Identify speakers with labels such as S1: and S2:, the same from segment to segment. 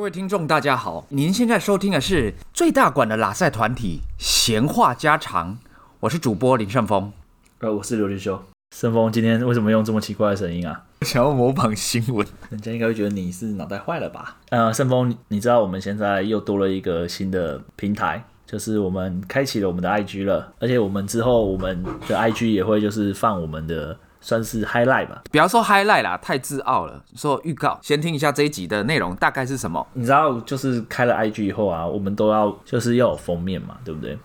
S1: 位听众，大家好！您现在收听的是最大馆的拉塞团体闲话家常，我是主播林胜峰。
S2: 呃，我是刘立修。盛峰今天为什么用这么奇怪的声音啊？
S1: 想要模仿新闻，
S2: 人家应该会觉得你是脑袋坏了吧？呃，盛峰，你你知道我们现在又多了一个新的平台，就是我们开启了我们的 IG 了，而且我们之后我们的 IG 也会就是放我们的算是 highlight 吧。
S1: 不要说 highlight 啦，太自傲了。说预告，先听一下这一集的内容大概是什么。
S2: 你知道，就是开了 IG 以后啊，我们都要就是要有封面嘛，对不对？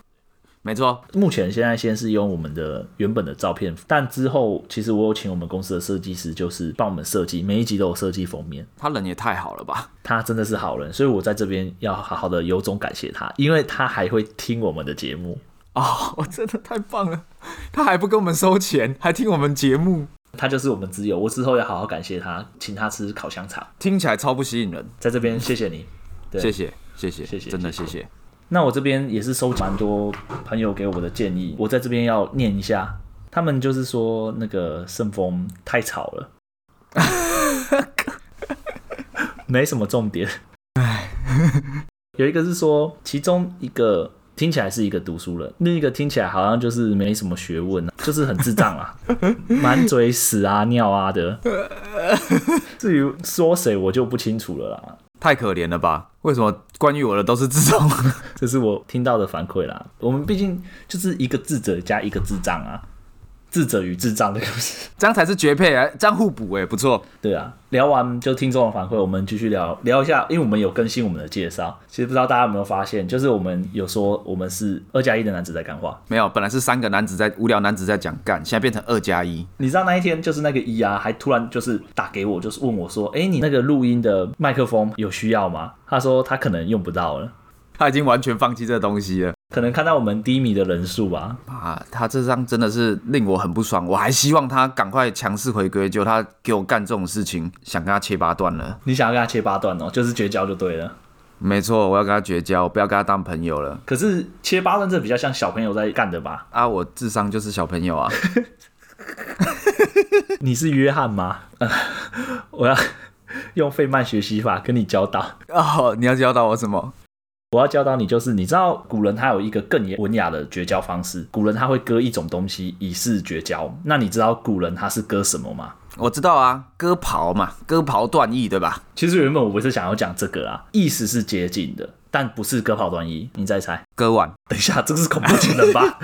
S1: 没错，
S2: 目前现在先是用我们的原本的照片，但之后其实我有请我们公司的设计师，就是帮我们设计，每一集都有设计封面。
S1: 他人也太好了吧？
S2: 他真的是好人，所以我在这边要好好的由衷感谢他，因为他还会听我们的节目。
S1: 哦，我真的太棒了！他还不跟我们收钱，还听我们节目，
S2: 他就是我们挚友，我之后要好好感谢他，请他吃烤香肠。
S1: 听起来超不吸引人。
S2: 在这边谢谢你，对
S1: 谢谢，谢谢，
S2: 谢谢
S1: 真的
S2: 谢
S1: 谢
S2: 谢
S1: 谢。
S2: 那我这边也是收集蛮多朋友给我的建议，我在这边要念一下。他们就是说那个圣风太吵了，没什么重点。 有一个是说，其中一个听起来是一个读书人，另一个听起来好像就是没什么学问、啊，就是很智障啊，满嘴屎啊尿啊的。至于说谁，我就不清楚了啦。
S1: 太可怜了吧？为什么关于我的都是这种？
S2: 这是我听到的反馈啦。我们毕竟就是一个智者加一个智障啊，智者与智障的故事。
S1: 这样才是绝配啊，这样互补哎、不错。
S2: 对啊，聊完就听众的反馈，我们继续聊聊一下，因为我们有更新我们的介绍。其实不知道大家有没有发现，就是我们有说我们是二加一的男子在干话。
S1: 没有，本来是三个男子在无聊男子在讲干，现在变成二加一。
S2: 你知道那一天就是那个一啊，还突然就是打给我，就是问我说：“哎，你那个录音的麦克风有需要吗？”他说他可能用不到了，
S1: 他已经完全放弃这东西了
S2: 可能看到我们低迷的人数吧，
S1: 啊！他这张真的是令我很不爽，我还希望他赶快强势回归，就他给我干这种事情，想跟他切八段了。
S2: 你想要跟他切八段哦，就是绝交就对了。
S1: 没错，我要跟他绝交，我不要跟他当朋友了。
S2: 可是切八段这比较像小朋友在干的吧？
S1: 啊，我智商就是小朋友啊！
S2: 你是约翰吗？ 呃我要用费曼学习法跟你教导。
S1: 哦，你要教导我什么？
S2: 我要教导你，就是你知道古人他有一个更文雅的绝交方式，古人他会割一种东西以示绝交。那你知道古人他是割什么吗？
S1: 我知道啊，割袍嘛，割袍断义，对吧？
S2: 其实原本我不是想要讲这个啊，意思是接近的，但不是割袍端衣。你再猜？
S1: 割腕，
S2: 等一下，这个是恐怖情人 吧？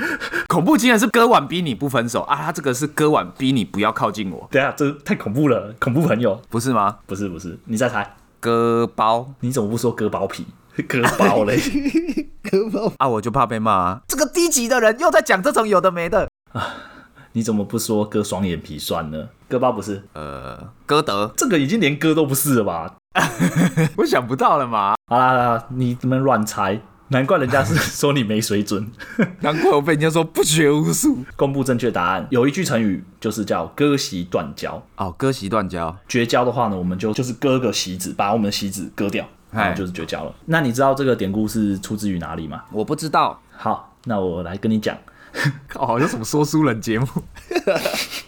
S1: 恐怖竟然是割腕逼你不分手啊！他这个是割腕逼你不要靠近我，
S2: 等一下，这太恐怖了，恐怖朋友。
S1: 不是吗？
S2: 不是不是，你再猜？
S1: 割包。
S2: 你怎么不说割包皮？割包 嘞？
S1: 啊，我就怕被骂、啊。这个低级的人又在讲这种有的没的。
S2: 你怎么不说割双眼皮算呢？割包不是，
S1: 呃，歌德，
S2: 这个已经连割都不是了吧？
S1: 我想不到了嘛，
S2: 好啦好啦，你怎么乱猜？难怪人家是说你没水准。
S1: 难怪我被人家说不学无术。
S2: 公布正确答案，有一句成语就是叫割席断交。
S1: 哦，割席断交，
S2: 绝交的话呢，我们就就是割个席子，把我们的席子割掉，然
S1: 嗨
S2: 后就是绝交了。那你知道这个典故是出自于哪里吗？
S1: 我不知道。
S2: 好，那我来跟你讲。
S1: 靠，好像哦什么说书人节目。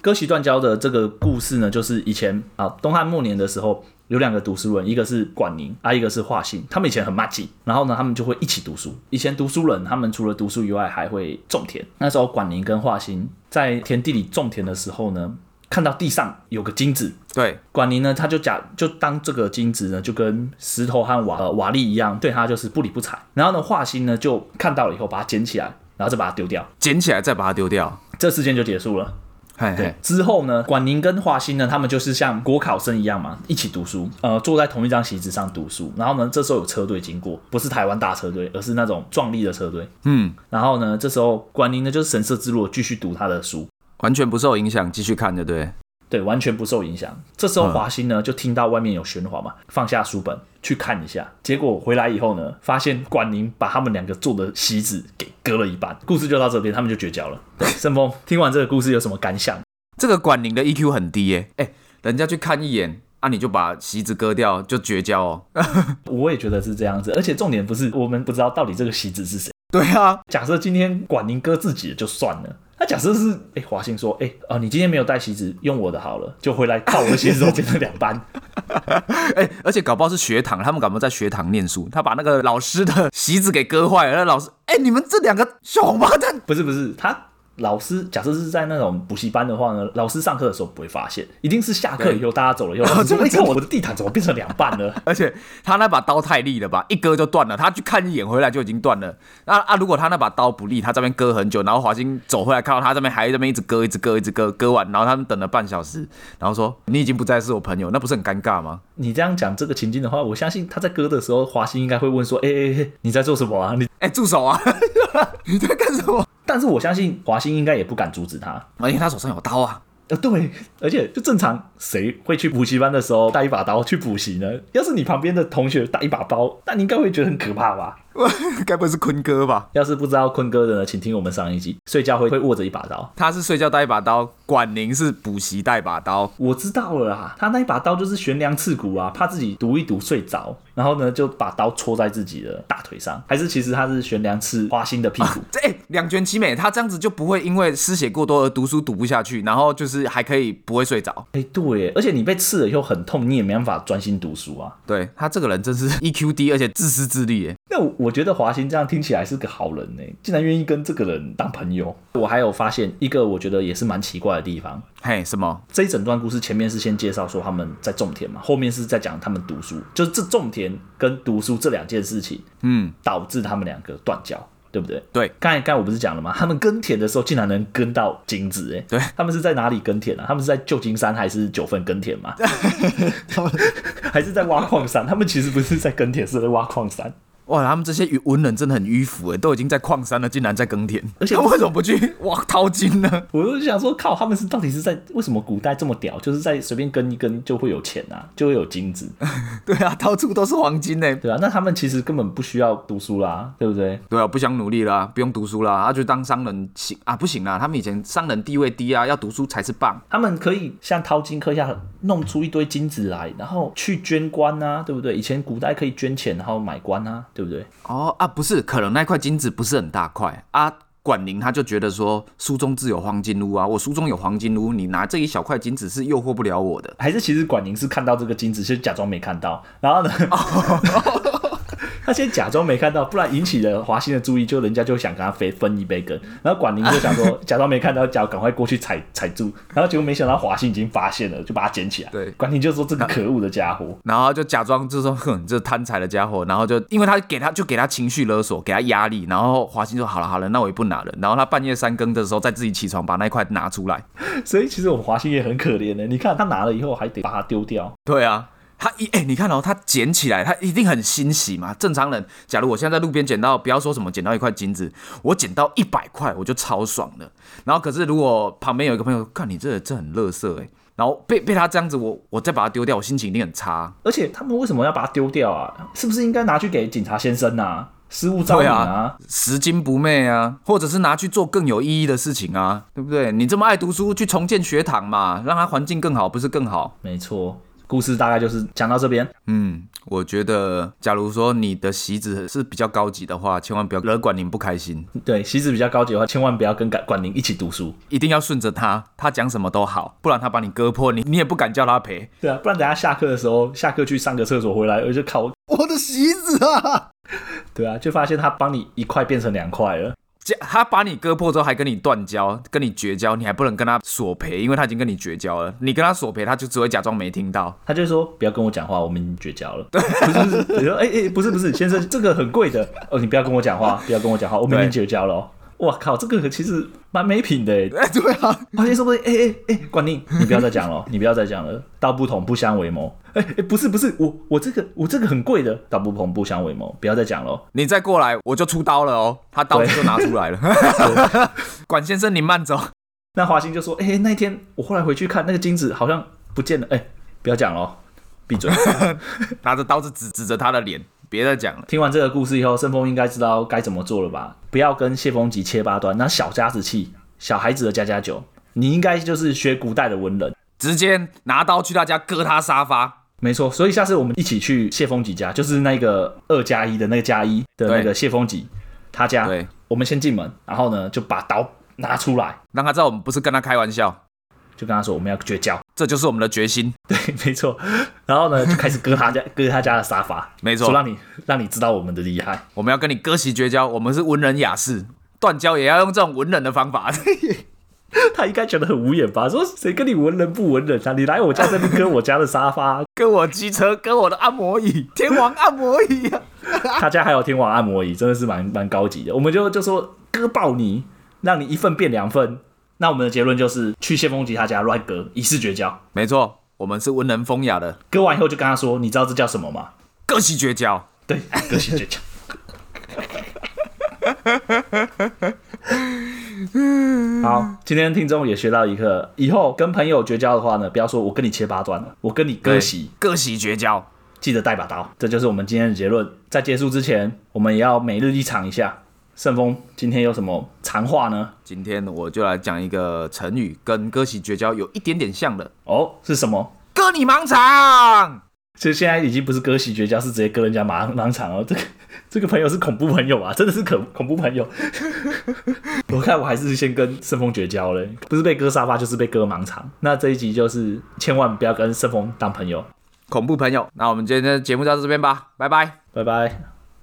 S2: 割席断交的这个故事呢，就是以前啊，东汉末年的时候，有两个读书人，一个是管宁啊，一个是华信，他们以前很骂鸡，然后呢，他们就会一起读书。以前读书人他们除了读书以外，还会种田。那时候管宁跟华信在田地里种田的时候呢，看到地上有个金子。
S1: 对，
S2: 管宁呢，他就假就当这个金子呢，就跟石头和瓦、呃、瓦砾一样，对他就是不理不睬。然后呢，华信呢就看到了以后，把它捡起来，然后再把它丢掉，
S1: 捡起来再把它丢掉。
S2: 这事件就结束了。
S1: 嘿
S2: 对
S1: 嘿，，
S2: 之后呢，管宁跟华歆呢，他们就是像国考生一样嘛，一起读书，呃，坐在同一张席子上读书。然后呢，这时候有车队经过，不是台湾大车队，而是那种壮丽的车队。
S1: 嗯，
S2: 然后呢，这时候管宁呢就是神色自若，继续读他的书，
S1: 完全不受影响，继续看，对不对？
S2: 对，完全不受影响。这时候
S1: 嗯
S2: 华歆呢就听到外面有喧哗嘛，放下书本去看一下。结果回来以后呢，发现管宁把他们两个坐的席子给割了一半。故事就到这边，他们就绝交了。对，盛峰，听完这个故事有什么感想？
S1: 这个管宁的 EQ 很低耶、哎、人家去看一眼，啊，你就把席子割掉，就绝交哦。
S2: 我也觉得是这样子，而且重点不是我们不知道到底这个席子是谁，
S1: 对啊，
S2: 假设今天管宁哥自己的就算了，那假设是哎、华兴说，哎、啊、你今天没有带席子，用我的好了，就回来靠我的鞋子，我变成两班。
S1: 哎、而且搞不好是学堂，他们搞不好在学堂念书，他把那个老师的席子给割坏了，那老师，哎、你们这两个小王八蛋，
S2: 不是不是，他老师假设是在那种补习班的话呢，老师上课的时候不会发现，一定是下课以后大家走了以后，老师说：“哎，看我的地毯怎么变成两半 了
S1: 而且他那把刀太利了吧，一割就断了。他去看一眼回来就已经断了。那啊，如果他那把刀不利，他这边割很久，然后华兴走回来看到他这边还在那边一直割，一直割，一直割，割完，然后他们等了半小时，然后说你已经不再是我朋友，那不是很尴尬吗？”？”
S2: 你这样讲这个情境的话，我相信他在割的时候，华兴应该会问说：“哎哎哎，你在做什么啊？”你，
S1: 哎、住手啊！ 你在干什么？
S2: 但是我相信华兴应该也不敢阻止他。
S1: 啊因为他手上有刀啊。
S2: 呃，对，而且就正常，谁会去补习班的时候带一把刀去补习呢？要是你旁边的同学带一把刀，那你应该会觉得很可怕吧？
S1: 该不会是坤哥吧？
S2: 要是不知道坤哥的呢，请听我们上一集，睡觉会会握着一把刀。
S1: 他是睡觉带一把刀，管宁是补习带把刀。
S2: 我知道了啦，他那一把刀就是悬梁刺股啊，怕自己读一读睡着，然后呢就把刀戳在自己的大腿上，还是其实他是悬梁刺花心的屁股。
S1: 这哎，两全其美，他这样子就不会因为失血过多而读书读不下去，然后就是还可以不会睡着。
S2: 哎、对耶，而且你被刺了以后很痛，你也没办法专心读书啊。
S1: 对他这个人真是 EQ 低，而且自私自利耶。
S2: 那我我觉得华兴这样听起来是个好人呢，竟然愿意跟这个人当朋友。我还有发现一个我觉得也是蛮奇怪的地方，
S1: 嘿，什么？
S2: 这一整段故事前面是先介绍说他们在种田嘛，后面是在讲他们读书，就是这种田跟读书这两件事情，
S1: 嗯，
S2: 导致他们两个断交，对不对？
S1: 对
S2: 刚才刚才我不是讲了吗？他们耕田的时候竟然能耕到金子、欸，哎，
S1: 对，
S2: 他们是在哪里耕田啊？他们是在旧金山还是九份耕田 嘛？ 还是在挖矿山？他们其实不是在耕田，是在挖矿山。
S1: 哇，他们这些文人真的很迂腐哎，都已经在矿山了，竟然在耕田，
S2: 而且
S1: 他们为什么不去挖淘金呢？
S2: 我就想说，靠，他们是到底是在为什么古代这么屌？就是在随便耕一耕就会有钱啊，就会有金子，
S1: 对啊，到处都是黄金呢。
S2: 对啊，那他们其实根本不需要读书啦，对不对？
S1: 对啊，不想努力啦，不用读书啦，他、啊、就当商人行啊，不行啦，他们以前商人地位低啊，要读书才是棒。
S2: 他们可以像淘金客一样弄出一堆金子来，然后去捐官啊，对不对？以前古代可以捐钱，然后买官啊，对不对？
S1: 哦啊，不是，可能那块金子不是很大块啊。管宁他就觉得说，书中自有黄金屋啊，我书中有黄金屋，你拿这一小块金子是诱惑不了我的。
S2: 还是其实管宁是看到这个金子，就假装没看到，然后呢， 他先假装没看到，不然引起了华兴的注意，就人家就想跟他分分一杯羹。然后管宁就想说，假装没看到，脚赶快过去踩踩住，然后结果没想到华兴已经发现了，就把他捡起来。
S1: 对
S2: 管宁就说这个可恶的家伙。
S1: 然后就假装就说，哼，这贪财的家伙。然后就因为他给他就给他情绪勒索，给他压力。然后华兴说，好了好了，那我也不拿了。然后他半夜三更的时候，再自己起床把那块拿出来。
S2: 所以其实我们华兴也很可怜的，你看他拿了以后还得把它丢掉。
S1: 对啊，他一哎、你看哦，他捡起来，他一定很欣喜嘛。正常人，假如我现在在路边捡到，不要说什么捡到一块金子，我捡到一百块，我就超爽了。然后可是如果旁边有一个朋友，看你这这很乐色哎，然后被被他这样子，我我再把它丢掉，我心情一定很差。啊
S2: 而且他们为什么要把它丢掉啊？是不是应该拿去给警察先生啊？失物招
S1: 对
S2: 领
S1: 啊
S2: 啊？，
S1: 拾金不昧啊，或者是拿去做更有意义的事情啊，对不对？你这么爱读书，去重建学堂嘛，让它环境更好，不是更好？
S2: 没错，故事大概就是讲到这边。
S1: 嗯，我觉得，假如说你的席子是比较高级的话，千万不要惹管宁不开心，
S2: 对，席子比较高级的话，千万不要跟管管宁一起读书。
S1: 一定要顺着他，他讲什么都好，不然他把你割破，你你也不敢叫他赔。
S2: 对啊，不然等下下课的时候，下课去上个厕所回来，我就靠，
S1: 我的席子 啊！
S2: 对啊，就发现他帮你一块变成两块了。
S1: 这他把你割破之后，还跟你断交，跟你绝交，你还不能跟他索赔，因为他已经跟你绝交了。你跟他索赔，他就只会假装没听到。
S2: 他就说：“不要跟我讲话，我们已经绝交了。”不是不是，你说：“哎、哎、不是不是，先生，这个很贵的哦，你不要跟我讲话，不要跟我讲话，我们已经绝交了哦、哇靠，这个其实蛮没品的耶。
S1: 哎，对啊，
S2: 华兴说不定，哎哎哎，管宁，你不要再讲了，哦你不要再讲了，道不同不相为谋。哎、哎，不是不是，我我这个我这个很贵的，道不同不相为谋，不要再讲了。哦
S1: 你再过来，我就出刀了哦。他刀子就拿出来了。 管先生，您慢走。
S2: 那华兴就说，哎、那一天我后来回去看那个金子好像不见了，哎、不要讲了，闭嘴。
S1: 拿着刀子指指着他的脸，别再讲了。
S2: 听完这个故事以后，盛峰应该知道该怎么做了吧？不要跟谢风吉切八段，那小家子气，小孩子的家家酒，你应该就是学古代的文人。
S1: 直接拿刀去他家割他沙发。
S2: 没错，所以下次我们一起去谢风吉家，就是那个二加一的那个加一的那个谢风吉，他家，
S1: 对，
S2: 我们先进门，然后呢就把刀拿出来，
S1: 让他知道我们不是跟他开玩笑，
S2: 就跟他说我们要绝交。
S1: 这就是我们的决心。
S2: 对，没错。然后呢就开始割他家割他家的沙发，
S1: 没错
S2: 说让你让你知道我们的厉害。
S1: 我们要跟你割席绝交，我们是文人雅士，断交也要用这种文人的方法。
S2: 他应该觉得很无言吧？说谁跟你文人不文人啊？你来我家这边割我家的沙发，
S1: 跟我机车，跟我的按摩椅，天王按摩椅啊！
S2: 他家还有天网按摩椅，真的是蛮蛮高级的。我们就就说割爆你，让你一份变两份。那我们的结论就是去谢风吉他家乱割，以示绝交。
S1: 没错，我们是文人风雅的
S2: 割完以后就跟他说，你知道这叫什么吗？
S1: 割席绝交。
S2: 对，割席绝交。 好，今天听众也学到一课，以后跟朋友绝交的话呢，不要说我跟你切八段了，我跟你割席，，
S1: 割席绝交。
S2: 记得带把刀。这就是我们今天的结论。在结束之前，我们也要每日一场一下。盛峰今天有什么长话呢？
S1: 今天我就来讲一个成语，跟割席绝交有一点点像的，
S2: 哦，是什么？
S1: 割你盲肠。
S2: 其实现在已经不是割席绝交，是直接割人家马盲场哦。这个 这个朋友是恐怖朋友啊，真的是恐恐怖朋友。 我看我还是先跟盛峰绝交嘞，不是被割沙发就是被割盲场。那这一集就是千万不要跟盛峰当朋友，
S1: 恐怖朋友。那我们今天的节目就到这边吧，拜拜。
S2: 拜拜。